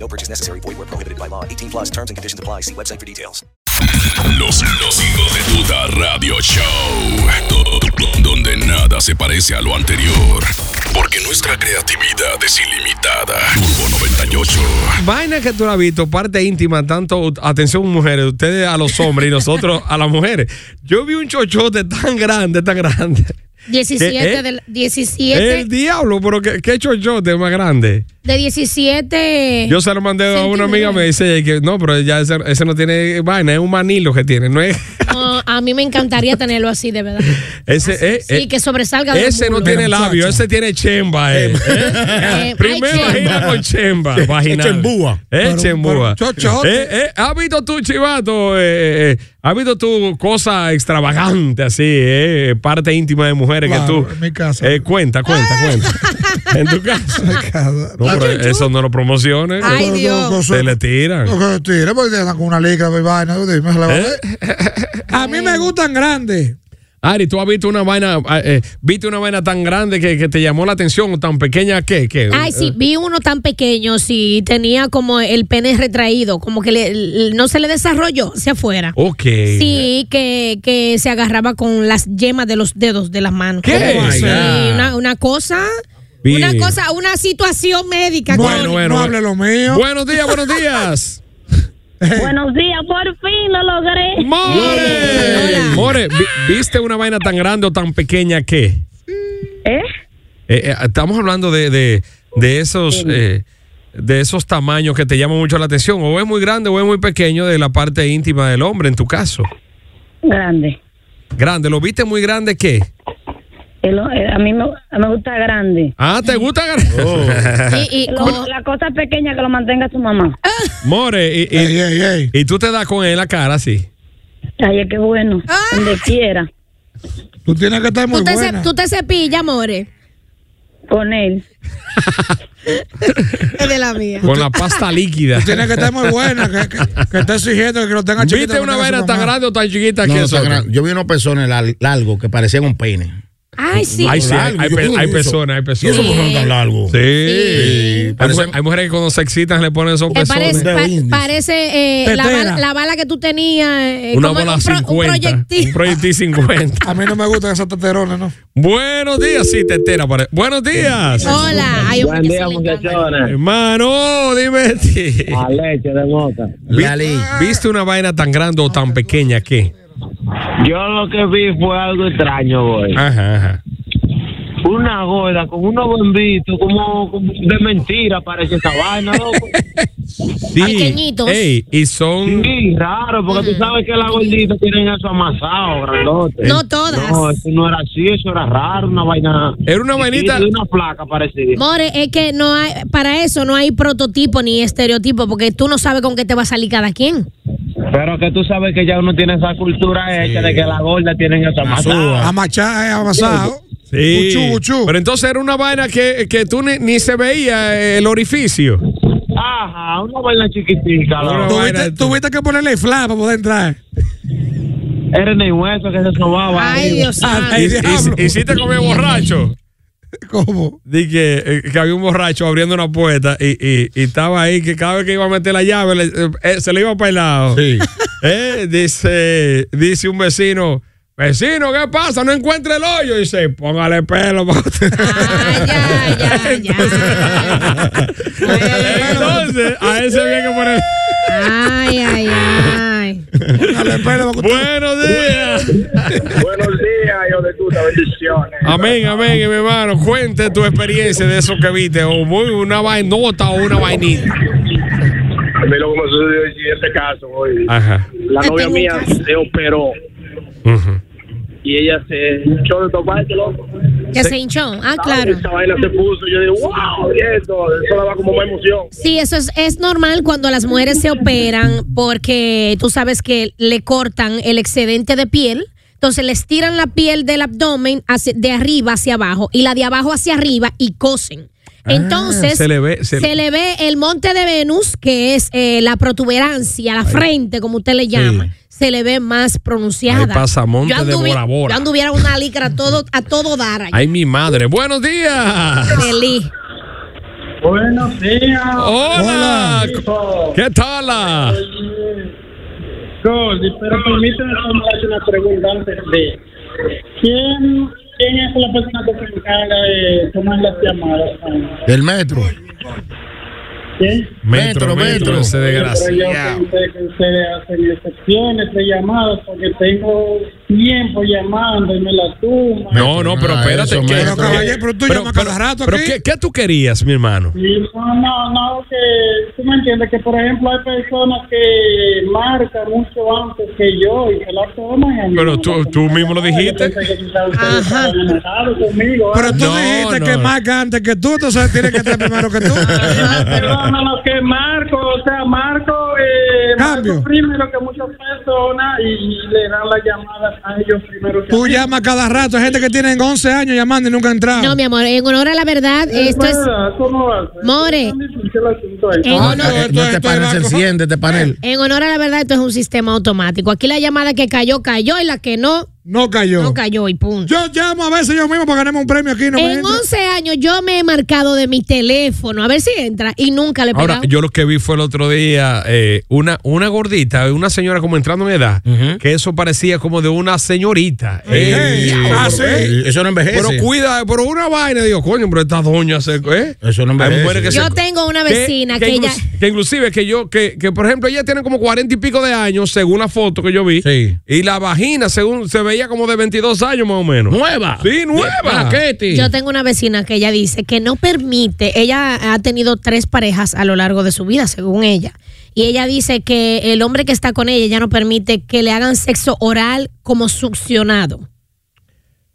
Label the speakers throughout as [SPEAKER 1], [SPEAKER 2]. [SPEAKER 1] No purchase necessary. Void where prohibited by law. 18 plus terms and conditions apply. See website for details.
[SPEAKER 2] Los, los hijos de puta radio show. Do- do- donde nada se parece a lo anterior. Porque nuestra creatividad es ilimitada. Turbo 98.
[SPEAKER 3] Vaina que tú no has visto, parte íntima, tanto, atención mujeres, ustedes a los hombres y nosotros a las mujeres. Yo vi un chochote tan grande, tan grande.
[SPEAKER 4] 17
[SPEAKER 3] ¿Eh?
[SPEAKER 4] Este del 17
[SPEAKER 3] El diablo, pero qué, qué chochote más grande.
[SPEAKER 4] de 17
[SPEAKER 3] Yo se lo mandé a una
[SPEAKER 4] Centímetros.
[SPEAKER 3] amiga, me dice que no, pero ya ese, ese no tiene vaina, es un manilo que tiene, no es...
[SPEAKER 4] No, Ah, a mí me encantaría tenerlo así de verdad.
[SPEAKER 3] Ese, eh,
[SPEAKER 4] Ah, Sí,
[SPEAKER 3] eh,
[SPEAKER 4] que sobresalga del
[SPEAKER 3] ese no
[SPEAKER 4] bulo.
[SPEAKER 3] tiene labio, ese tiene chemba. eh.
[SPEAKER 4] Eh,
[SPEAKER 3] Primero
[SPEAKER 4] ay, che.
[SPEAKER 3] vagina con chemba. Vaginal.
[SPEAKER 5] chembúa.
[SPEAKER 3] Eh,
[SPEAKER 5] Pero-
[SPEAKER 3] chembúa.
[SPEAKER 5] pero chochote.
[SPEAKER 3] Eh, eh, ¿Has visto tú, chivato? Eh, eh, ¿Has visto tú cosas extravagantes así? Eh, parte íntima de mujeres
[SPEAKER 5] Claro,
[SPEAKER 3] que tú.
[SPEAKER 5] en mi casa.
[SPEAKER 3] Eh, cuenta, cuenta,
[SPEAKER 4] Ah.
[SPEAKER 3] cuenta. en tu casa. No, pero eso no lo promociones.
[SPEAKER 4] Ay,
[SPEAKER 3] Eh,
[SPEAKER 4] Dios.
[SPEAKER 3] Se le tiran.
[SPEAKER 5] No, que tire, porque te dan con una liga, mi vaina, tú dime, se la va a
[SPEAKER 3] ¿Eh?
[SPEAKER 5] ver. A mí me gustan grandes.
[SPEAKER 3] Ari, ¿tú has visto una vaina, eh, eh, viste una vaina tan grande que, que te llamó la atención o tan pequeña que? que
[SPEAKER 4] Ay, sí, vi uno tan pequeño, sí, tenía como el pene retraído, como que le- le- no se le desarrolló hacia afuera.
[SPEAKER 3] Ok.
[SPEAKER 4] Sí, que, que se agarraba con las yemas de los dedos de las manos.
[SPEAKER 3] ¿Qué?
[SPEAKER 4] Sí,
[SPEAKER 3] Oh my God.
[SPEAKER 4] una, una cosa,
[SPEAKER 3] Vi.
[SPEAKER 4] una cosa, una situación médica.
[SPEAKER 3] Bueno,
[SPEAKER 4] con-
[SPEAKER 3] bueno,
[SPEAKER 5] no hable lo mío.
[SPEAKER 3] Buenos días, buenos días.
[SPEAKER 6] Buenos días, por fin lo logré.
[SPEAKER 3] More,
[SPEAKER 4] Hola.
[SPEAKER 3] More, vi- ¿viste una vaina tan grande o tan pequeña que? Eh,
[SPEAKER 6] ¿Eh?
[SPEAKER 3] eh, estamos hablando de, de, de esos eh, de esos tamaños que te llaman mucho la atención. O es muy grande o es muy pequeño de la parte íntima del hombre, en tu caso.
[SPEAKER 6] Grande.
[SPEAKER 3] Grande, ¿lo viste muy grande qué?
[SPEAKER 6] El- el- a mí me, me gusta grande.
[SPEAKER 3] Ah, ¿te gusta grande?
[SPEAKER 5] Oh.
[SPEAKER 4] y- y
[SPEAKER 6] Lo-
[SPEAKER 4] con-
[SPEAKER 6] la cosa pequeña que lo mantenga su mamá.
[SPEAKER 3] More, y, y-
[SPEAKER 5] Ey, ey, ey.
[SPEAKER 3] y tú te das con él la cara así.
[SPEAKER 6] Ay, qué bueno. Donde quiera.
[SPEAKER 5] Tú tienes que estar muy
[SPEAKER 4] tú, te ce-
[SPEAKER 5] buena.
[SPEAKER 4] tú te cepillas, more.
[SPEAKER 6] Con él.
[SPEAKER 4] Es de la mía.
[SPEAKER 3] Con la pasta líquida.
[SPEAKER 5] Tú tienes que estar muy buena, que, que, que esté exigiendo que lo tenga chiquito.
[SPEAKER 3] ¿Viste
[SPEAKER 5] que
[SPEAKER 3] una
[SPEAKER 5] tenga su
[SPEAKER 3] vaina tan
[SPEAKER 5] mamá.
[SPEAKER 3] grande o tan chiquita
[SPEAKER 7] No,
[SPEAKER 3] que
[SPEAKER 7] no,
[SPEAKER 3] eso?
[SPEAKER 7] está grande. Yo vi unos pezones lar- largos que parecían un peine.
[SPEAKER 4] Ay, sí.
[SPEAKER 3] Ay, sí, hay,
[SPEAKER 7] Largo,
[SPEAKER 3] hay
[SPEAKER 7] yo
[SPEAKER 3] pe-
[SPEAKER 7] creo
[SPEAKER 3] hay
[SPEAKER 7] que eso-
[SPEAKER 3] personas, hay
[SPEAKER 7] ¿Y
[SPEAKER 3] personas.
[SPEAKER 7] esos pezones tan largos?
[SPEAKER 3] Sí. Hay,
[SPEAKER 7] Parece-
[SPEAKER 3] mu- hay mujeres que cuando se excitan le ponen esos
[SPEAKER 4] Eh,
[SPEAKER 3] pezones.
[SPEAKER 4] parece
[SPEAKER 7] dedo
[SPEAKER 4] pa-
[SPEAKER 7] índice.
[SPEAKER 4] parece eh, la,
[SPEAKER 5] Tetera.
[SPEAKER 4] bala, la bala que tú tenías. eh,
[SPEAKER 3] Una
[SPEAKER 4] como
[SPEAKER 3] bola
[SPEAKER 4] un pro-
[SPEAKER 3] 50.
[SPEAKER 4] Un proyectil.
[SPEAKER 3] un proyectil 50.
[SPEAKER 5] A mí no me gustan esas teterones, ¿no?
[SPEAKER 3] Buenos días, sí, te entera. pare- Buenos días.
[SPEAKER 4] Hola. Hay un que sí le encanta.
[SPEAKER 3] Hermano, dime. ti.
[SPEAKER 8] leche de mota.
[SPEAKER 7] La ley.
[SPEAKER 3] ¿Viste una vaina tan grande o tan pequeña que?
[SPEAKER 8] Yo lo que vi fue algo extraño, güey.
[SPEAKER 3] Ajá, ajá.
[SPEAKER 8] Una gorda con unos bombitos, como, como de mentira parece esa vaina, loco.
[SPEAKER 3] Sí.
[SPEAKER 4] Pequeñitos.
[SPEAKER 3] Ey, y son.
[SPEAKER 8] Sí, raro, porque tú sabes que las gorditas tienen eso amasado, grandote.
[SPEAKER 4] No todas.
[SPEAKER 8] No, eso no era así, eso era raro, una vaina.
[SPEAKER 3] Era una vainita.
[SPEAKER 8] chiquita y una placa parecía.
[SPEAKER 4] More, es que no hay, para eso no hay prototipo ni estereotipo, porque tú no sabes con qué te va a salir cada quien.
[SPEAKER 8] Pero que tú sabes que ya uno tiene esa cultura hecha de que las gordas tienen eso amasado.
[SPEAKER 5] Amachá, eh, amasado.
[SPEAKER 3] Sí.
[SPEAKER 5] Uchú, uchú.
[SPEAKER 3] Pero entonces era una vaina que, que tú ni, ni se veía eh, el orificio.
[SPEAKER 8] Ajá, una vaina chiquitica,
[SPEAKER 3] Una
[SPEAKER 8] loco.
[SPEAKER 5] Tuviste, tuviste que ponerle flash para poder entrar.
[SPEAKER 8] Era en el hueso que se sobaba.
[SPEAKER 4] Ay, Dios
[SPEAKER 5] Ah,
[SPEAKER 3] Y,
[SPEAKER 4] santo.
[SPEAKER 5] ay, diablo.
[SPEAKER 3] y, y si te comió borracho.
[SPEAKER 5] ¿Cómo?
[SPEAKER 3] Dije que, eh, que había un borracho abriendo una puerta y, y- y estaba ahí que cada vez que iba a meter la llave le- eh, eh, se le iba para el lado. Eh, dice, dice un vecino, vecino, ¿qué pasa? No encuentra el hoyo. Y dice, póngale pelo. pa' usted".
[SPEAKER 4] Ay, Ah, ya, ya, ya.
[SPEAKER 3] Entonces, a ese había que poner...
[SPEAKER 4] Ay, ay, ay.
[SPEAKER 3] Buenos días.
[SPEAKER 9] Buenos días, hijo de puta, bendiciones.
[SPEAKER 4] Ah,
[SPEAKER 3] Amén, amén, mi hermano. Cuente tu experiencia de eso que viste. O muy una vainota o una vainita.
[SPEAKER 9] A mí lo que me sucedió es el siguiente caso hoy.
[SPEAKER 3] Ajá.
[SPEAKER 9] La novia
[SPEAKER 4] Este
[SPEAKER 9] mía se operó
[SPEAKER 3] Ujú.
[SPEAKER 9] y ella se hinchó de tomate, loco.
[SPEAKER 4] Que se hinchó. Ah, claro.
[SPEAKER 9] Esa vaina se puso y yo digo, wow, y esto, eso le da como más emoción.
[SPEAKER 4] Sí, eso es, es normal cuando las mujeres se operan porque tú sabes que le cortan el excedente de piel. Entonces les tiran la piel del abdomen hacia- de arriba hacia abajo y la de abajo hacia arriba y cosen.
[SPEAKER 3] Ah,
[SPEAKER 4] Entonces
[SPEAKER 3] se le ve- se le-
[SPEAKER 4] se le ve el monte de Venus, que es eh, la protuberancia, la frente, como usted le llama, se le ve más pronunciada.
[SPEAKER 3] Ahí pasa monte
[SPEAKER 4] Yo
[SPEAKER 3] de
[SPEAKER 4] anduvi-
[SPEAKER 3] Bora Bora.
[SPEAKER 4] yo anduviera una licra a todo, a todo dar. ahí.
[SPEAKER 3] Ay, mi madre. Buenos días.
[SPEAKER 4] Feliz.
[SPEAKER 8] Buenos días.
[SPEAKER 3] Hola. ¿Qué tal? ah?
[SPEAKER 8] Gordy, pero permíteme formularte una pregunta antes de... ¿Quién, ¿Quién es la persona que se encarga de tomar las llamadas?
[SPEAKER 7] Del metro.
[SPEAKER 8] ¿Quién?
[SPEAKER 3] Metro, metro, ese desgraciado.
[SPEAKER 8] Pero yo pensé que ustedes hacen excepciones de llamadas porque tengo tiempo llamando y me la tumban.
[SPEAKER 3] No, no, pero
[SPEAKER 7] Ah,
[SPEAKER 3] espérate.
[SPEAKER 7] eso,
[SPEAKER 3] ¿qué-
[SPEAKER 7] metro.
[SPEAKER 3] qué- pero- pero- pero ¿qué- ¿qué tú querías, mi hermano?
[SPEAKER 8] Y no, no, no, que tú me entiendes, que por ejemplo hay personas que marcan mucho antes que yo y se la toman. y a mí
[SPEAKER 3] Pero
[SPEAKER 8] no me
[SPEAKER 3] tú,
[SPEAKER 8] la
[SPEAKER 3] tú mismo lo
[SPEAKER 8] toman. Yo
[SPEAKER 3] dijiste.
[SPEAKER 8] pensé que quizás ustedes estaban enojados conmigo,
[SPEAKER 5] Pero
[SPEAKER 8] ¿eh?
[SPEAKER 5] tú
[SPEAKER 3] No,
[SPEAKER 5] dijiste
[SPEAKER 3] no.
[SPEAKER 5] que marca antes que tú, entonces tiene que estar primero que tú. ¿eh?
[SPEAKER 8] Perdónanos que Marco, o sea, Marco, eh,
[SPEAKER 5] Cambio.
[SPEAKER 8] Marco primero que muchas personas y le dan las llamadas a ellos primero que a
[SPEAKER 5] Tú
[SPEAKER 8] mí.
[SPEAKER 5] llamas cada rato. Hay gente que tiene 11 años llamando y nunca ha entrado.
[SPEAKER 4] No, mi amor, en honor a la verdad, esto es...
[SPEAKER 8] ¿Verdad? ¿Cómo va a ser?
[SPEAKER 4] More.
[SPEAKER 8] Es tan difícil el asunto este.
[SPEAKER 4] En
[SPEAKER 7] No,
[SPEAKER 4] honor-
[SPEAKER 7] eh, no este panel se enciende, este panel.
[SPEAKER 4] En honor a la verdad, esto es un sistema automático. Aquí la llamada que cayó, cayó y la que no,
[SPEAKER 5] No cayó.
[SPEAKER 4] no cayó y punto.
[SPEAKER 5] Yo llamo a veces yo mismo para ganarme un premio aquí. No me
[SPEAKER 4] en
[SPEAKER 5] entra.
[SPEAKER 4] 11 años yo me he marcado de mi teléfono a ver si entra y nunca le he
[SPEAKER 3] Ahora,
[SPEAKER 4] pegado.
[SPEAKER 3] yo lo que vi fue el otro día eh, una, una gordita, una señora como entrando en edad, que eso parecía como de una señorita. Eh,
[SPEAKER 5] Ey,
[SPEAKER 3] diablo,
[SPEAKER 5] ah,
[SPEAKER 3] pero,
[SPEAKER 5] sí.
[SPEAKER 3] eh,
[SPEAKER 7] Eso no envejece.
[SPEAKER 3] Pero cuida, pero una vaina, digo, coño, pero estas doñas se. ¿eh?
[SPEAKER 7] Eso no
[SPEAKER 3] Hay
[SPEAKER 7] envejece.
[SPEAKER 3] mujeres que
[SPEAKER 4] Yo
[SPEAKER 3] se-
[SPEAKER 4] tengo una vecina que
[SPEAKER 3] inclu-
[SPEAKER 4] ella-
[SPEAKER 3] que inclusive que yo, que, que por ejemplo, ella tiene como cuarenta y pico de años, según la foto que yo vi.
[SPEAKER 7] Sí.
[SPEAKER 3] Y la vagina, según se veía como de 22 años más o menos.
[SPEAKER 7] Nueva.
[SPEAKER 3] Sí,
[SPEAKER 5] Ah,
[SPEAKER 3] nueva.
[SPEAKER 7] Paquete.
[SPEAKER 4] Yo tengo una vecina que ella dice que no permite, ella ha tenido tres parejas a lo largo de su vida, según ella. Y ella dice que el hombre que está con ella ya no permite que le hagan sexo oral como succionado.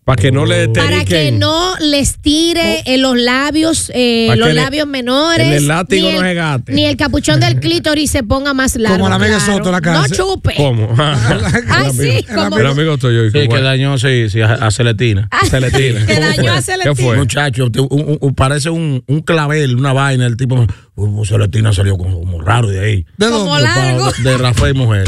[SPEAKER 3] Para que no le
[SPEAKER 4] Para que
[SPEAKER 3] teriquen.
[SPEAKER 4] no les tire eh, los labios, eh,
[SPEAKER 3] Para
[SPEAKER 4] los
[SPEAKER 3] Oh. que le-
[SPEAKER 4] labios menores.
[SPEAKER 3] el del látigo
[SPEAKER 4] ni
[SPEAKER 3] no
[SPEAKER 4] el-
[SPEAKER 3] se gate.
[SPEAKER 4] Ni el capuchón del clítoris se ponga más largo.
[SPEAKER 5] Como la amiga
[SPEAKER 4] claro.
[SPEAKER 5] Soto, la
[SPEAKER 4] No
[SPEAKER 5] casa.
[SPEAKER 4] chupe.
[SPEAKER 3] ¿Cómo?
[SPEAKER 4] Ah, sí, como-
[SPEAKER 3] El amigo tuyo.
[SPEAKER 7] Sí, que
[SPEAKER 3] bueno.
[SPEAKER 7] dañó sí, sí, a, a Celestina.
[SPEAKER 4] Ah,
[SPEAKER 3] Celestina.
[SPEAKER 4] que
[SPEAKER 3] ¿Cómo
[SPEAKER 4] dañó
[SPEAKER 3] fue?
[SPEAKER 4] a Celestina.
[SPEAKER 3] ¿Qué fue?
[SPEAKER 7] Muchacho, te- un- un- un- parece un, un clavel, una vaina. El tipo, uh,
[SPEAKER 5] pues
[SPEAKER 7] Celestina salió como, como raro de ahí.
[SPEAKER 5] ¿De
[SPEAKER 4] Como
[SPEAKER 5] dónde?
[SPEAKER 4] la- Largo.
[SPEAKER 7] De, de Rafael Mujer.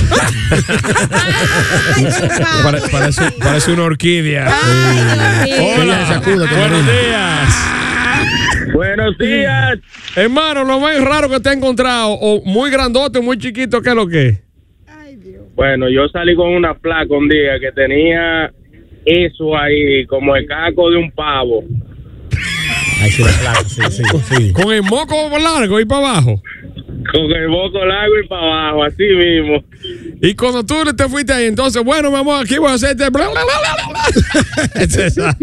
[SPEAKER 4] Ay, chupado.
[SPEAKER 3] Pare- Oh. parece, parece una orquídea.
[SPEAKER 4] Ah. Ay, Dios mío.
[SPEAKER 3] Hola.
[SPEAKER 7] Ella sacude, que
[SPEAKER 3] Buenos
[SPEAKER 7] me
[SPEAKER 3] días.
[SPEAKER 9] Buenos días.
[SPEAKER 3] Hermano, lo más raro que te he encontrado, o muy grandote, muy chiquito, ¿qué es lo que? es?
[SPEAKER 9] Bueno, yo salí con una placa un día que tenía eso ahí, como el caco de un pavo.
[SPEAKER 7] Ay, sí, claro, sí, sí, sí.
[SPEAKER 3] Con el moco largo y para abajo.
[SPEAKER 9] Con el boco largo y para abajo, así mismo.
[SPEAKER 3] Y cuando tú te fuiste ahí, entonces, bueno, mi amor, aquí voy a hacerte. bla, bla, bla, bla, bla. Es esa.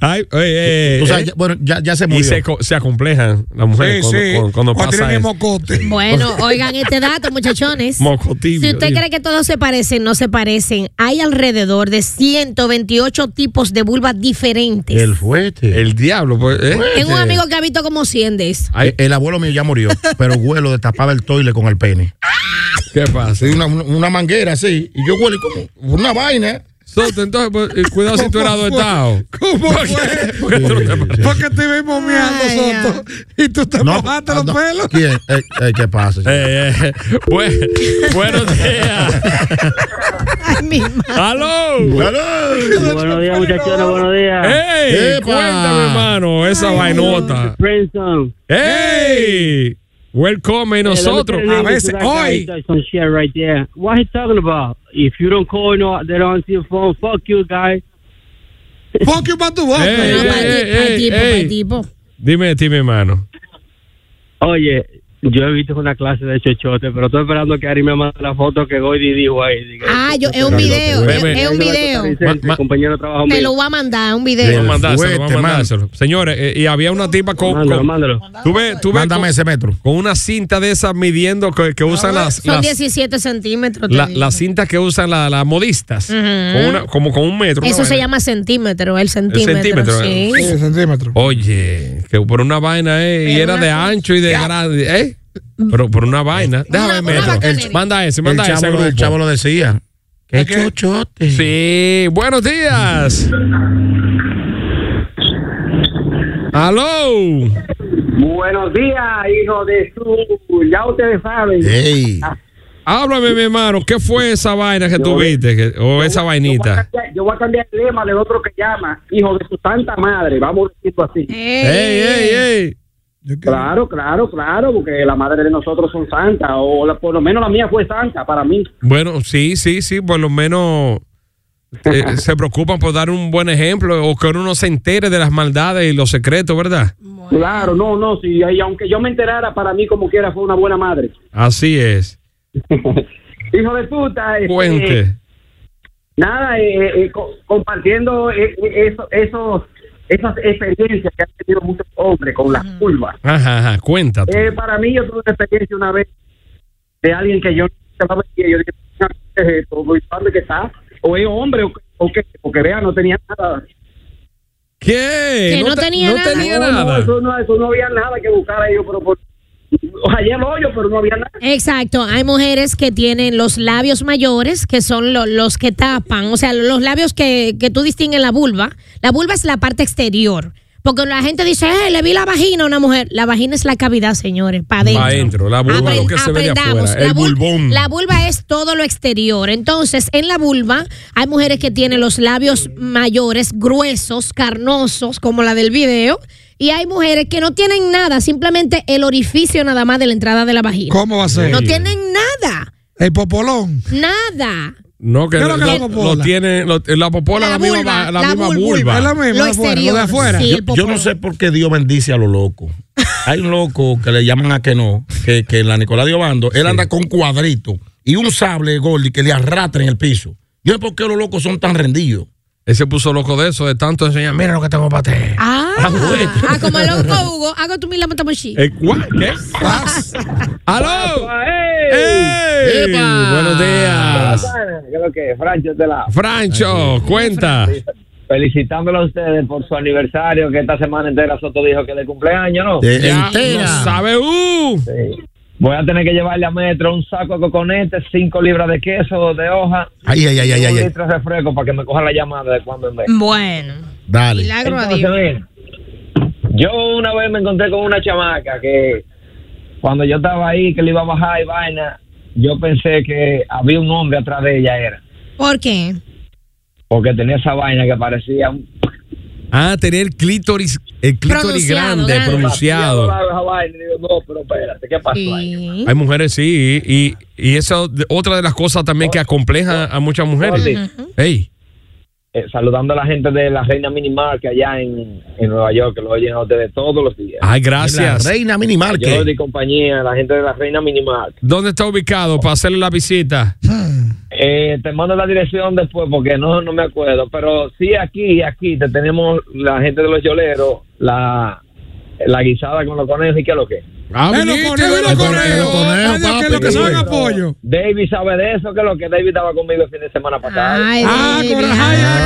[SPEAKER 3] Ay, oye, eh,
[SPEAKER 7] O sea,
[SPEAKER 3] eh.
[SPEAKER 7] ya- bueno, ya, ya se murió.
[SPEAKER 3] y se, co- se acomplejan las
[SPEAKER 5] Sí,
[SPEAKER 3] mujeres cuando,
[SPEAKER 5] sí.
[SPEAKER 3] cuando- cuando pasa
[SPEAKER 5] Cuando tienen el
[SPEAKER 3] eso.
[SPEAKER 5] mocote.
[SPEAKER 4] Bueno, oigan este dato, muchachones.
[SPEAKER 3] Moco tibio,
[SPEAKER 4] si usted
[SPEAKER 3] digo.
[SPEAKER 4] cree que todos se parecen, no se parecen. Hay alrededor de 128 tipos de vulvas diferentes.
[SPEAKER 7] El fuerte.
[SPEAKER 3] El diablo, pues. eh.
[SPEAKER 4] Tengo un
[SPEAKER 7] Ese.
[SPEAKER 4] amigo que ha visto como 100 de eso.
[SPEAKER 7] Ay, el abuelo mío ya murió, pero huelo destapaba el toile con el pene.
[SPEAKER 3] ¿Qué pasa?
[SPEAKER 7] Sí, una, una manguera así. Y yo huelo y como una vaina.
[SPEAKER 3] Soto, entonces, pues, eh, cuidado si tú eras
[SPEAKER 5] ¿Cómo fue?
[SPEAKER 3] adoptado.
[SPEAKER 5] ¿Cómo
[SPEAKER 3] ¿Por
[SPEAKER 5] fue?
[SPEAKER 3] qué? Porque tú no te pareces.
[SPEAKER 5] Porque te ves momeando,
[SPEAKER 4] Ay,
[SPEAKER 5] Soto. Y tú te mojaste
[SPEAKER 7] ah,
[SPEAKER 5] los
[SPEAKER 7] no.
[SPEAKER 5] pelos.
[SPEAKER 7] ¿Quién? Ey, ey, ¿Qué pasa?
[SPEAKER 3] Eh, eh, bue- buenos días.
[SPEAKER 4] Ay, mi madre.
[SPEAKER 3] ¡Aló!
[SPEAKER 7] Claro.
[SPEAKER 8] Buenos días, muchachones, buenos
[SPEAKER 5] ¿Eh?
[SPEAKER 8] días.
[SPEAKER 3] ¡Ey!
[SPEAKER 7] Epa.
[SPEAKER 3] Cuéntame, hermano, esa vainota.
[SPEAKER 8] Princeton.
[SPEAKER 3] ¡Ey! Welcome, y nosotros.
[SPEAKER 8] Hey, let me
[SPEAKER 5] A
[SPEAKER 8] tell you
[SPEAKER 5] veces,
[SPEAKER 8] that guy
[SPEAKER 5] hoy.
[SPEAKER 8] does some shit right there. What he talking about? If you don't call, no, they don't answer your phone. Fuck you, guy.
[SPEAKER 5] Fuck you, para tu boca.
[SPEAKER 3] Ey,
[SPEAKER 4] No,
[SPEAKER 3] ey,
[SPEAKER 4] pa' ti-
[SPEAKER 3] ey,
[SPEAKER 4] pa'
[SPEAKER 3] ey,
[SPEAKER 4] tipo,
[SPEAKER 3] ey.
[SPEAKER 4] pa' tipo.
[SPEAKER 3] Dime de ti, mi hermano.
[SPEAKER 8] Oye,
[SPEAKER 10] Yo he visto una clase de chochote, pero estoy esperando que Ari me mande la foto que Goidi dijo ahí. Diga,
[SPEAKER 4] Ah, yo, es un video.
[SPEAKER 3] Ve, ve.
[SPEAKER 4] Es un video.
[SPEAKER 10] mi compañero de trabajo
[SPEAKER 4] Te
[SPEAKER 10] mío.
[SPEAKER 4] lo voy a mandar, un
[SPEAKER 3] Vamos a
[SPEAKER 4] video.
[SPEAKER 3] mandárselo, vamos a mandárselo. Señores, eh, y había una tipa con.
[SPEAKER 10] Mándalo,
[SPEAKER 3] con-
[SPEAKER 10] mándalo.
[SPEAKER 3] Tú ves, tú ves con, ese metro. Con una cinta de esas midiendo que, que usan las,
[SPEAKER 4] Son
[SPEAKER 3] las,
[SPEAKER 4] 17 centímetros. te
[SPEAKER 3] la-
[SPEAKER 4] digo.
[SPEAKER 3] las cintas que usan la- las modistas.
[SPEAKER 4] Ujú.
[SPEAKER 3] con una- como con un metro. una
[SPEAKER 4] Eso se
[SPEAKER 3] vaina.
[SPEAKER 4] llama centímetro, el centímetro.
[SPEAKER 3] centímetro,
[SPEAKER 4] sí.
[SPEAKER 3] ¿eh? Sí, Oye, que por una vaina, eh, y era de ancho y de grande, ¿eh? Pero por una vaina. Déjame metro. El- manda ese, manda
[SPEAKER 7] el
[SPEAKER 3] ese.
[SPEAKER 7] chavo,
[SPEAKER 3] al
[SPEAKER 7] lo- el
[SPEAKER 3] grupo.
[SPEAKER 7] chavo lo decía. Qué
[SPEAKER 3] que-
[SPEAKER 7] chochote.
[SPEAKER 3] Sí, buenos días. Aló.
[SPEAKER 11] Buenos días, hijo de su. Ya ustedes saben.
[SPEAKER 3] Háblame, mi hermano, ¿qué fue esa vaina que tuviste? Que- O esa vainita.
[SPEAKER 11] Yo voy a cambiar el lema del otro que llama. Hijo de su santa madre. Vamos a decirlo así.
[SPEAKER 3] ey,
[SPEAKER 11] Claro, claro, claro, porque la madre de nosotros son santas, o la- por lo menos la mía fue santa para mí.
[SPEAKER 3] Bueno, sí, sí, sí, por lo menos eh, se preocupan por dar un buen ejemplo o que uno no se entere de las maldades y los secretos, ¿verdad?
[SPEAKER 11] Claro, no, no, sí, y aunque yo me enterara, para mí como quiera fue una buena madre.
[SPEAKER 3] Así es.
[SPEAKER 11] Hijo de puta. este,
[SPEAKER 3] Cuente.
[SPEAKER 11] Nada, eh, eh, co- compartiendo eh, eh, eso- esos- esas experiencias que han tenido muchos hombres con las curvas.
[SPEAKER 3] Ajá, ajá, cuenta. tú.
[SPEAKER 11] Eh, para mí, yo tuve una experiencia una vez de alguien que yo no sabía. Yo dije, "Ah, ¿qué es esto? Muy padre que está. O es hombre, o, o qué, porque vea, no tenía nada.
[SPEAKER 3] ¿Qué?
[SPEAKER 4] Que no no te- tenía no nada. tenía nada.
[SPEAKER 11] eso, no, eso no había nada que buscar ahí. Yo, pero por, hallé el hoyo, pero no había nada.
[SPEAKER 4] Exacto, hay mujeres que tienen los labios mayores, que son lo- los que tapan, o sea, los labios que, que tú distingues la vulva. La vulva es la parte exterior, porque la gente dice, eh, le vi la vagina a una mujer. La vagina es la cavidad, señores, para adentro.
[SPEAKER 3] Va adentro, la vulva, lo que se ve de
[SPEAKER 4] aprendamos,
[SPEAKER 3] afuera, el
[SPEAKER 4] la vul-
[SPEAKER 3] bulbón.
[SPEAKER 4] La vulva es todo lo exterior. Entonces, en la vulva hay mujeres que tienen los labios mayores, gruesos, carnosos, como la del video. Y hay mujeres que no tienen nada, simplemente el orificio nada más de la entrada de la vagina.
[SPEAKER 5] ¿Cómo va a ser?
[SPEAKER 4] No tienen nada,
[SPEAKER 5] El popolón.
[SPEAKER 4] nada.
[SPEAKER 3] No, que,
[SPEAKER 5] ¿Qué es lo
[SPEAKER 3] lo,
[SPEAKER 5] que es la popola?
[SPEAKER 3] lo tiene, lo- la popola, la, misma, va- la misma vulva.
[SPEAKER 5] Es la misma, de afuera, lo
[SPEAKER 4] Lo
[SPEAKER 5] de
[SPEAKER 4] exterior,
[SPEAKER 5] afuera.
[SPEAKER 4] sí,
[SPEAKER 7] yo,
[SPEAKER 4] el
[SPEAKER 7] yo no sé por qué Dios bendice a los locos. Hay un loco que le llaman a que no, que, que la Nicolás de Obando, él anda con cuadrito y un sable gordi que le arrastra en el piso. Yo no sé por qué los locos son tan rendidos.
[SPEAKER 3] Él se puso loco de eso, de tanto enseñar, mira lo que tengo para ti.
[SPEAKER 4] Ah,
[SPEAKER 3] Ah, bueno.
[SPEAKER 4] ah, como el loco Hugo, hago tu mila matamoshi.
[SPEAKER 3] Eh, ¿cuá- ¿Qué?
[SPEAKER 11] Ah,
[SPEAKER 3] ¡Aló!
[SPEAKER 11] pues,
[SPEAKER 4] ¡Eh!
[SPEAKER 3] ¡Ey!
[SPEAKER 4] ¡Epa!
[SPEAKER 3] Buenos
[SPEAKER 11] Pues,
[SPEAKER 3] días.
[SPEAKER 12] Creo que Francho de la.
[SPEAKER 3] Francho, cuenta.
[SPEAKER 12] Felicitándolo a ustedes por su aniversario, que esta semana entera Soto dijo que le cumpleaños, ¿no?
[SPEAKER 3] Eh, Ya entera. lo sabe, uh.
[SPEAKER 12] Sí. Voy a tener que llevarle a Metro un saco de coconetes, 5 libras de queso de hoja,
[SPEAKER 7] Ay, ay, ay, ay,
[SPEAKER 12] y un
[SPEAKER 7] ay, ay.
[SPEAKER 12] litro de refresco para que me coja la llamada de cuando en vez.
[SPEAKER 4] Bueno,
[SPEAKER 7] Dale.
[SPEAKER 4] milagro a
[SPEAKER 12] Entonces,
[SPEAKER 4] Dios.
[SPEAKER 12] mira, yo una vez me encontré con una chamaca que cuando yo estaba ahí, que le iba a bajar y vaina, yo pensé que había un hombre atrás de ella, era.
[SPEAKER 4] ¿Por qué?
[SPEAKER 12] Porque tenía esa vaina que parecía un
[SPEAKER 3] Ah, tener el clítoris, el clítoris
[SPEAKER 12] Pronunciado,
[SPEAKER 3] grande,
[SPEAKER 12] grande.
[SPEAKER 3] pronunciado.
[SPEAKER 12] Demasiado largo esa vaina. Digo, no, pero espérate, ¿qué pasó ahí?
[SPEAKER 3] Hay mujeres, sí, y, y esa de- otra de las cosas también que acompleja a muchas mujeres. Ey.
[SPEAKER 12] Eh, saludando a la gente de la Reina Minimal que allá en, en Nueva York, que lo oyen a ustedes todos los días.
[SPEAKER 3] Ay, gracias. La Reina Mini Market.
[SPEAKER 12] Yo de compañía, la gente de la Reina Minimal.
[SPEAKER 3] ¿Dónde está ubicado para hacerle la visita?
[SPEAKER 7] Ah.
[SPEAKER 12] Eh, te mando la dirección después porque no, no me acuerdo, pero sí aquí, aquí te tenemos la gente de los yoleros, la, la guisada con los conejos y qué es lo que.
[SPEAKER 3] Ah,
[SPEAKER 5] viniste, conejo, los conejo, conejo, papi, que es lo que saben a pollo.
[SPEAKER 12] David sabe de eso, que es lo que David estaba conmigo el fin de semana pasado.
[SPEAKER 5] Ah, corazón,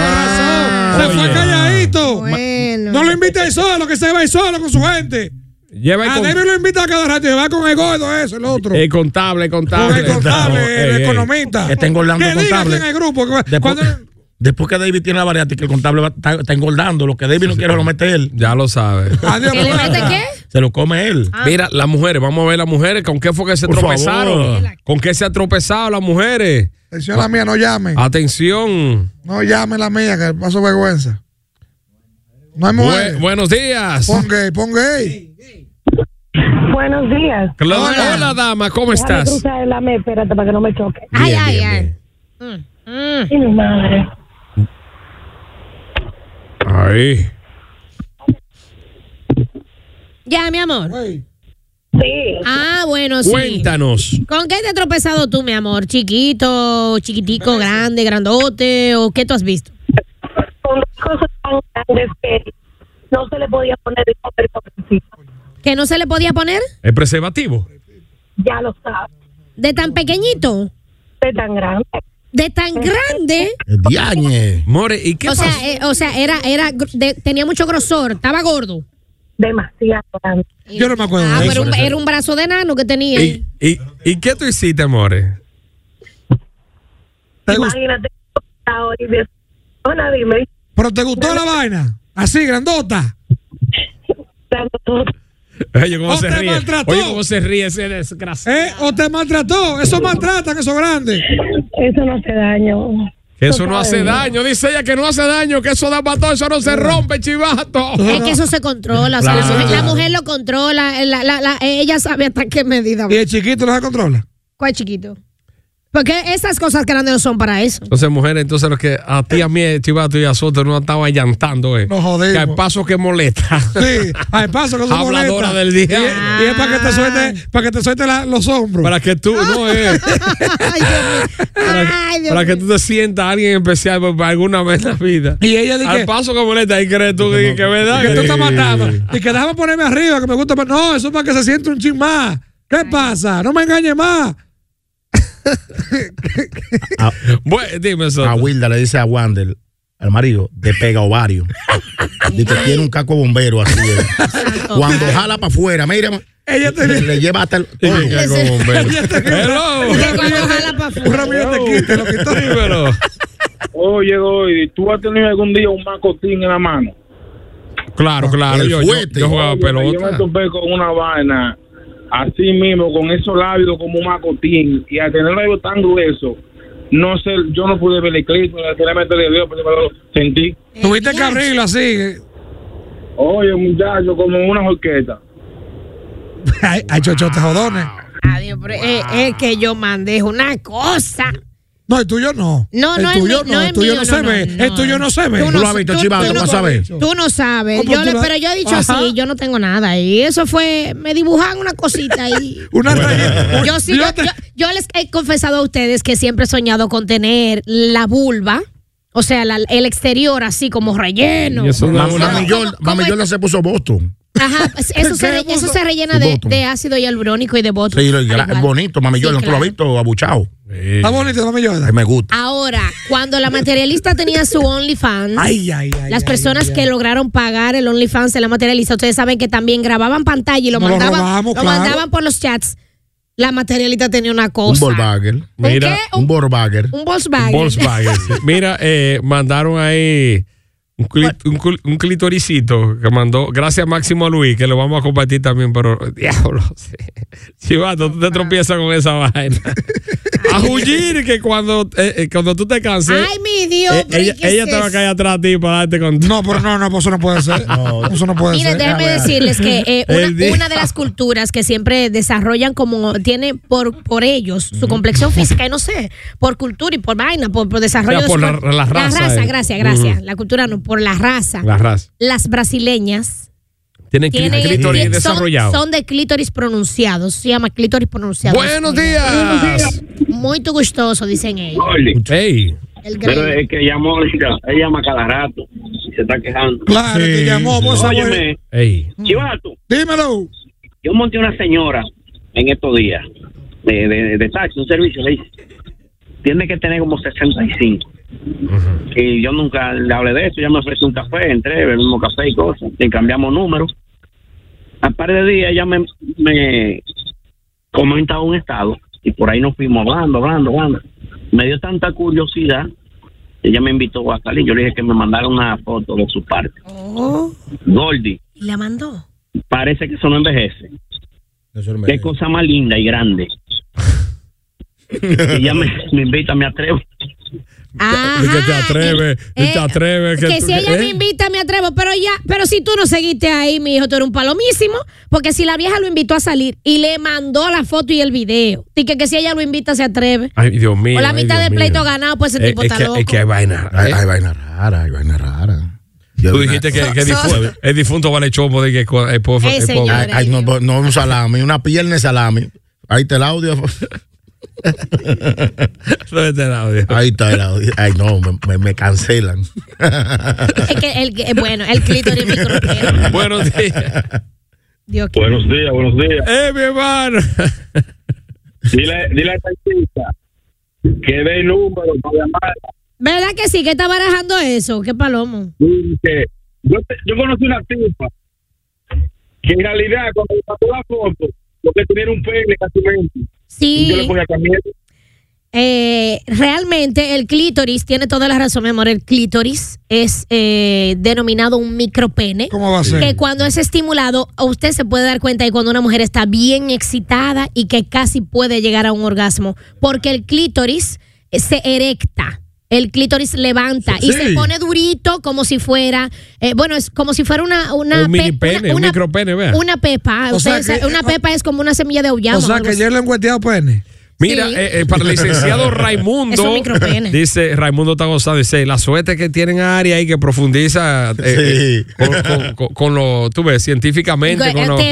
[SPEAKER 5] ah, corazón. Se fue calladito. No lo invita él solo, que se va él solo con su gente.
[SPEAKER 3] Lleva el
[SPEAKER 5] a
[SPEAKER 3] con-
[SPEAKER 5] David lo invita cada rato y va con el gordo, eso, el otro.
[SPEAKER 3] El contable, el contable.
[SPEAKER 5] Con el contable, el
[SPEAKER 3] Ey, ey.
[SPEAKER 5] economista.
[SPEAKER 7] Que está engordando
[SPEAKER 5] Que
[SPEAKER 7] Este el
[SPEAKER 5] diga
[SPEAKER 7] contable.
[SPEAKER 5] aquí en el grupo. que va-
[SPEAKER 7] Después,
[SPEAKER 5] cuando-
[SPEAKER 7] después que David tiene la variante que el contable va- está, está engordando, lo que David no quiere lo mete él.
[SPEAKER 3] Ya lo sabe.
[SPEAKER 4] ¿Que le mete qué?
[SPEAKER 7] Se lo come él.
[SPEAKER 4] Ah.
[SPEAKER 3] Mira, las mujeres, vamos a ver las mujeres, ¿con qué fue que se
[SPEAKER 7] Por
[SPEAKER 3] tropezaron?
[SPEAKER 7] favor.
[SPEAKER 3] ¿Con qué se han tropezado las mujeres?
[SPEAKER 5] Atención a la mía, no llamen.
[SPEAKER 7] Ah.
[SPEAKER 3] Atención.
[SPEAKER 5] No llame la mía, que paso vergüenza. No hay mujer.
[SPEAKER 3] Bue- buenos días.
[SPEAKER 5] Pon gay, pon gay.
[SPEAKER 13] Buenos días.
[SPEAKER 3] Claro, Hola. hola, dama, ¿cómo
[SPEAKER 13] Déjame
[SPEAKER 3] estás?
[SPEAKER 13] cruzar el AME, espérate para que no me choque.
[SPEAKER 4] Ay, ay, ay. Mm,
[SPEAKER 13] Sí, mi madre.
[SPEAKER 3] Ahí.
[SPEAKER 4] Ya, mi amor.
[SPEAKER 13] Sí.
[SPEAKER 4] Ah, bueno, sí.
[SPEAKER 3] Cuéntanos.
[SPEAKER 4] ¿Con qué te has tropezado tú, mi amor? ¿Chiquito, chiquitico, grande, grandote? ¿O qué tú has visto?
[SPEAKER 13] Con dos cosas tan grandes que no se le podía poner el papel protector.
[SPEAKER 4] ¿Que no se le podía poner?
[SPEAKER 3] ¿Es preservativo?
[SPEAKER 13] Ya lo sabes.
[SPEAKER 4] ¿De tan pequeñito?
[SPEAKER 13] De tan grande.
[SPEAKER 4] ¿De tan grande?
[SPEAKER 7] Diañe.
[SPEAKER 3] More, ¿y qué
[SPEAKER 4] o
[SPEAKER 3] pasó?
[SPEAKER 4] sea, eh, o sea, era, era, gr- de- tenía mucho grosor, estaba gordo.
[SPEAKER 13] Demasiado grande.
[SPEAKER 3] Yo no me acuerdo
[SPEAKER 4] Ah,
[SPEAKER 3] de
[SPEAKER 4] pero
[SPEAKER 3] eso.
[SPEAKER 4] un- era un brazo de nano que tenía.
[SPEAKER 3] ¿Y, y, y qué tú hiciste, More?
[SPEAKER 5] ¿Te gustó?
[SPEAKER 13] Imagínate. Ahora, y de- Hola, dime.
[SPEAKER 5] Pero te gustó la vaina. Así, grandota.
[SPEAKER 3] Oye, cómo
[SPEAKER 5] ¿O
[SPEAKER 3] se
[SPEAKER 5] te
[SPEAKER 3] ríe.
[SPEAKER 5] maltrató?
[SPEAKER 3] Oye, cómo se ríe ese desgraciado.
[SPEAKER 5] ¿Eh? ¿O te maltrató? Eso maltratan, eso grande.
[SPEAKER 13] Eso no hace daño.
[SPEAKER 3] Que eso no
[SPEAKER 13] Tú sabes.
[SPEAKER 3] hace daño. Dice ella que no hace daño, que eso da para todo, eso no se rompe, chivato.
[SPEAKER 4] Es que eso se controla, o sea, la
[SPEAKER 3] Claro.
[SPEAKER 4] mujer- la mujer lo controla, la- la- la- ella sabe hasta qué medida. va.
[SPEAKER 5] ¿Y el chiquito no se controla?
[SPEAKER 4] ¿Cuál chiquito? Porque esas cosas grandes no son para eso.
[SPEAKER 3] Entonces, mujeres, entonces los que a ti, a mí, chivato y a Soto no estaban llantando, eh.
[SPEAKER 5] Nos jodimos.
[SPEAKER 3] Que al paso que molesta.
[SPEAKER 5] Sí, al paso que tú
[SPEAKER 3] Habladora
[SPEAKER 5] molestas.
[SPEAKER 3] del
[SPEAKER 5] Y,
[SPEAKER 3] día. Ah.
[SPEAKER 5] y es para que te suelte, para que te suelte la- los hombros.
[SPEAKER 3] Para que tú, no eh,
[SPEAKER 4] Ay, Dios mío. Ay, Dios
[SPEAKER 3] para que
[SPEAKER 4] mío.
[SPEAKER 3] tú te sientas alguien especial por- por alguna vez en la vida.
[SPEAKER 5] Y ella dice
[SPEAKER 3] Al
[SPEAKER 5] que,
[SPEAKER 3] paso que molesta, ahí crees tú que, que verdad.
[SPEAKER 5] que tú estás
[SPEAKER 3] Sí.
[SPEAKER 5] matando. Y que déjame ponerme arriba, que me gusta. más. No, eso es para que se siente un ching más. ¿Qué pasa? No me engañes más.
[SPEAKER 3] Ah, Bueno, dime eso.
[SPEAKER 7] A Wilda le dice a Wander, al marido, de pega ovario. Dice, tiene un caco bombero así. eh. Cuando jala para afuera, mira,
[SPEAKER 5] Ella te
[SPEAKER 7] le, le lleva hasta el.
[SPEAKER 3] Dice que como bombero.
[SPEAKER 5] ella te-
[SPEAKER 3] Hello.
[SPEAKER 4] Que cuando jala pa'
[SPEAKER 5] un
[SPEAKER 4] afuera.
[SPEAKER 5] ramillo te quita lo que está.
[SPEAKER 3] Dímelo.
[SPEAKER 9] Oye, Goy, ¿tú has tenido algún día un macotín en la mano?
[SPEAKER 3] Claro, claro.
[SPEAKER 7] El
[SPEAKER 3] Yo, yo,
[SPEAKER 7] fuerte.
[SPEAKER 3] yo jugaba
[SPEAKER 9] Oye, Yo me
[SPEAKER 3] pelota.
[SPEAKER 9] topé con una vaina así mismo, con esos labios como un macotín, y al tener labios tan gruesos, no sé, yo no pude ver el clip, sinceramente de Dios, pues, pero lo sentí.
[SPEAKER 5] Tuviste que abrirlo así. eh.
[SPEAKER 9] Oye, muchacho, como una jorqueta.
[SPEAKER 5] Ay, ay, chochotes jodones.
[SPEAKER 4] Adiós, pero eh, es que yo mandé una cosa.
[SPEAKER 5] No, el tuyo no.
[SPEAKER 4] No,
[SPEAKER 5] el
[SPEAKER 4] no, el
[SPEAKER 5] tuyo
[SPEAKER 4] mío- no,
[SPEAKER 5] el
[SPEAKER 4] el
[SPEAKER 5] tuyo
[SPEAKER 4] mío,
[SPEAKER 5] no,
[SPEAKER 4] no,
[SPEAKER 5] se
[SPEAKER 4] no,
[SPEAKER 5] ve.
[SPEAKER 4] no.
[SPEAKER 5] El tuyo no se ve.
[SPEAKER 4] Tú
[SPEAKER 7] Tú lo has visto, Chivato,
[SPEAKER 4] tú
[SPEAKER 7] tú
[SPEAKER 4] no-
[SPEAKER 7] vas a ver.
[SPEAKER 4] Tú no sabes.
[SPEAKER 5] ¿Cómo
[SPEAKER 4] Yo
[SPEAKER 5] tú
[SPEAKER 4] le-
[SPEAKER 5] lo-
[SPEAKER 4] pero yo he dicho
[SPEAKER 5] Ajá.
[SPEAKER 4] así, yo no tengo nada. Y eso fue, me dibujaban una cosita ahí.
[SPEAKER 5] Una rayita.
[SPEAKER 4] Yo sí, yo,
[SPEAKER 5] Fíjate.
[SPEAKER 4] yo- yo les he confesado a ustedes que siempre he soñado con tener la vulva, o sea, la- el exterior así como relleno.
[SPEAKER 3] Y eso no-
[SPEAKER 7] Mami,
[SPEAKER 4] ¿Cómo-
[SPEAKER 7] mami Yolda-
[SPEAKER 4] cómo-
[SPEAKER 7] mami
[SPEAKER 4] cómo
[SPEAKER 7] Yolda se puso Boston.
[SPEAKER 4] Ajá, pues eso, se, re- eso se rellena de,
[SPEAKER 7] Bottom.
[SPEAKER 4] de ácido hialurónico y de botox.
[SPEAKER 7] Sí, lo-
[SPEAKER 4] Al igual.
[SPEAKER 7] bonito, mami
[SPEAKER 4] Sí,
[SPEAKER 7] Yolda. ¿Tú lo has
[SPEAKER 4] claro.
[SPEAKER 7] visto abuchado?
[SPEAKER 3] Sí.
[SPEAKER 5] Está bonito, no me llores.
[SPEAKER 7] Ay, me gusta.
[SPEAKER 4] Ahora, cuando la materialista tenía su OnlyFans,
[SPEAKER 5] Ay, ay, ay.
[SPEAKER 4] las
[SPEAKER 5] ay,
[SPEAKER 4] personas
[SPEAKER 5] ay,
[SPEAKER 4] que
[SPEAKER 5] ay.
[SPEAKER 4] lograron pagar el OnlyFans de la materialista, ustedes saben que también grababan pantalla y lo,
[SPEAKER 5] Nos lo
[SPEAKER 4] mandaban,
[SPEAKER 5] robamos,
[SPEAKER 4] lo
[SPEAKER 5] claro.
[SPEAKER 4] mandaban por los chats. La materialista tenía una
[SPEAKER 7] Un
[SPEAKER 4] cosa.
[SPEAKER 7] Volkswagen.
[SPEAKER 4] ¿Un
[SPEAKER 3] Mira,
[SPEAKER 4] qué?
[SPEAKER 7] Un Volkswagen.
[SPEAKER 4] un Volkswagen.
[SPEAKER 3] Volkswagen. sí. Mira, eh, mandaron ahí un, cli- un cul- un clitoricito que mandó. Gracias Máximo Luis, que lo vamos a compartir también, pero diablo. sí. Chivato, tú te tropiezas con esa vaina. A huir que cuando, eh, eh, cuando tú te canses.
[SPEAKER 4] Ay, mi Dios.
[SPEAKER 3] eh,
[SPEAKER 4] pero
[SPEAKER 3] ella,
[SPEAKER 4] ¿qué es
[SPEAKER 3] ella te va a
[SPEAKER 4] eso?
[SPEAKER 3] caer atrás a ti para darte con
[SPEAKER 5] No, pero no, no, pues eso no puede ser. Eso no puede
[SPEAKER 4] Miren,
[SPEAKER 5] ser.
[SPEAKER 4] déjenme decirles que eh,
[SPEAKER 3] ah, El día-
[SPEAKER 4] una, una de las culturas que siempre desarrollan como tiene por por ellos su complexión física y no sé, por cultura y por vaina, por, por desarrollo
[SPEAKER 3] O sea, por
[SPEAKER 4] de
[SPEAKER 3] la-
[SPEAKER 4] su-
[SPEAKER 3] la raza, eh.
[SPEAKER 4] gracias, gracias. La cultura no, por la raza.
[SPEAKER 3] la raza.
[SPEAKER 4] Las brasileñas
[SPEAKER 3] Tienen cli-
[SPEAKER 4] tienen
[SPEAKER 3] clítoris
[SPEAKER 4] tien- son,
[SPEAKER 3] desarrollado.
[SPEAKER 4] son de clítoris pronunciados, se llama clítoris pronunciado.
[SPEAKER 3] Buenos días.
[SPEAKER 4] Muy tu gustoso, dicen ellos.
[SPEAKER 3] Hey.
[SPEAKER 4] El
[SPEAKER 10] Pero
[SPEAKER 4] grego.
[SPEAKER 10] es que llamó, ahorita, él llama cada rato y se está quejando.
[SPEAKER 5] Claro,
[SPEAKER 3] Sí,
[SPEAKER 5] te llamó,
[SPEAKER 3] sí.
[SPEAKER 5] vos sabés.
[SPEAKER 10] Óyeme,
[SPEAKER 3] Ey.
[SPEAKER 10] chivato,
[SPEAKER 5] Dímelo.
[SPEAKER 10] yo monté una señora en estos días de, de, de taxi, un servicio, le dije, tiene que tener como 65. Y yo nunca le hablé de eso, ya me ofreció un café, entré, bebimos café y cosas, y cambiamos números. A par de días ella me, me comenta un estado y por ahí nos fuimos hablando, hablando, hablando. Me dio tanta curiosidad, ella me invitó a salir, yo le dije que me mandara una foto de su parte.
[SPEAKER 4] Oh,
[SPEAKER 10] Goldie,
[SPEAKER 4] y la mandó.
[SPEAKER 10] parece que eso no envejece. Qué cosa más linda y grande. Ella me, me invita, me atrevo.
[SPEAKER 4] Ajá,
[SPEAKER 3] que te atreves,
[SPEAKER 4] que-
[SPEAKER 3] y te atreves, que
[SPEAKER 4] Que,
[SPEAKER 3] tú-
[SPEAKER 4] si ella
[SPEAKER 3] ¿eh?
[SPEAKER 4] me invita, me atrevo. Pero ya, pero si tú no seguiste ahí, mi hijo, tú eres un palomísimo. Porque si la vieja lo invitó a salir y le mandó la foto y el video, y que, que si ella lo invita, se atreve.
[SPEAKER 3] Ay, Dios mío.
[SPEAKER 4] o la
[SPEAKER 3] ay,
[SPEAKER 4] mitad
[SPEAKER 3] Dios
[SPEAKER 4] del
[SPEAKER 3] mío.
[SPEAKER 4] pleito ganado, pues ese
[SPEAKER 3] Eh,
[SPEAKER 4] tipo
[SPEAKER 3] es
[SPEAKER 4] está
[SPEAKER 3] que,
[SPEAKER 4] loco.
[SPEAKER 3] Es que hay vaina.
[SPEAKER 7] Ay,
[SPEAKER 3] eh.
[SPEAKER 7] ay, vaina rara, ay, vaina rara.
[SPEAKER 3] Tú dijiste que, que
[SPEAKER 7] So-
[SPEAKER 3] difu-
[SPEAKER 7] so-
[SPEAKER 3] el difunto vale chombo de que co- es pobre.
[SPEAKER 7] Ay,
[SPEAKER 3] es pobre.
[SPEAKER 7] ay, no, no, un salami, una pierna de salami. Ahí está el audio.
[SPEAKER 3] ¿Dónde está el audio?
[SPEAKER 7] Ahí está el audio. Ay, no, me, me- me cancelan.
[SPEAKER 4] Es que el, eh, bueno, el clítoris es mi cruquero.
[SPEAKER 3] Buenos días.
[SPEAKER 4] Dios
[SPEAKER 9] Buenos días, buenos días.
[SPEAKER 3] Eh, mi hermano.
[SPEAKER 9] Dile, dile al taxista que dé el número para llamar.
[SPEAKER 4] ¿Verdad que sí? que está barajando eso? ¿Qué palomo?
[SPEAKER 9] Dice, yo, te- yo conocí una tipa que en realidad cuando me pasó la foto, lo que tenía era un pene casi mente.
[SPEAKER 4] Sí.
[SPEAKER 9] Y yo le ponía también.
[SPEAKER 4] Eh, realmente el clítoris tiene toda la razón, mi amor. El clítoris es eh, denominado un micropene. ¿Cómo
[SPEAKER 5] va a ser?
[SPEAKER 4] Que cuando es estimulado, usted se puede dar cuenta de cuando una mujer está bien excitada y que casi puede llegar a un orgasmo. Porque el clítoris eh, se erecta. El clítoris levanta y
[SPEAKER 3] Sí.
[SPEAKER 4] se pone durito como si fuera, eh, bueno, es como si fuera una una
[SPEAKER 3] un
[SPEAKER 4] pe-
[SPEAKER 3] mini pene,
[SPEAKER 4] una-
[SPEAKER 3] un
[SPEAKER 4] una-
[SPEAKER 3] micro pene, vea.
[SPEAKER 4] una pepa.
[SPEAKER 5] O
[SPEAKER 4] Ustedes
[SPEAKER 5] sea que-
[SPEAKER 4] saben, una pepa es como una semilla de auyama.
[SPEAKER 5] O sea,
[SPEAKER 4] algo
[SPEAKER 5] que
[SPEAKER 4] así.
[SPEAKER 5] ayer le han pues, gueteado pene.
[SPEAKER 3] Mira, eh, eh, para el licenciado
[SPEAKER 4] Es un
[SPEAKER 3] Raimundo,
[SPEAKER 4] micropene.
[SPEAKER 3] dice Raimundo está gozando, dice, la suerte que tienen a Ari ahí que profundiza eh, eh, con, con- con- con lo, tú ves, científicamente,
[SPEAKER 4] Digo,
[SPEAKER 3] con
[SPEAKER 4] eh,
[SPEAKER 3] lo- con los-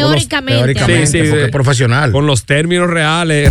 [SPEAKER 3] Sí,
[SPEAKER 4] teóricamente.
[SPEAKER 3] sí,
[SPEAKER 7] porque
[SPEAKER 3] eh,
[SPEAKER 7] es profesional.
[SPEAKER 3] con los términos reales.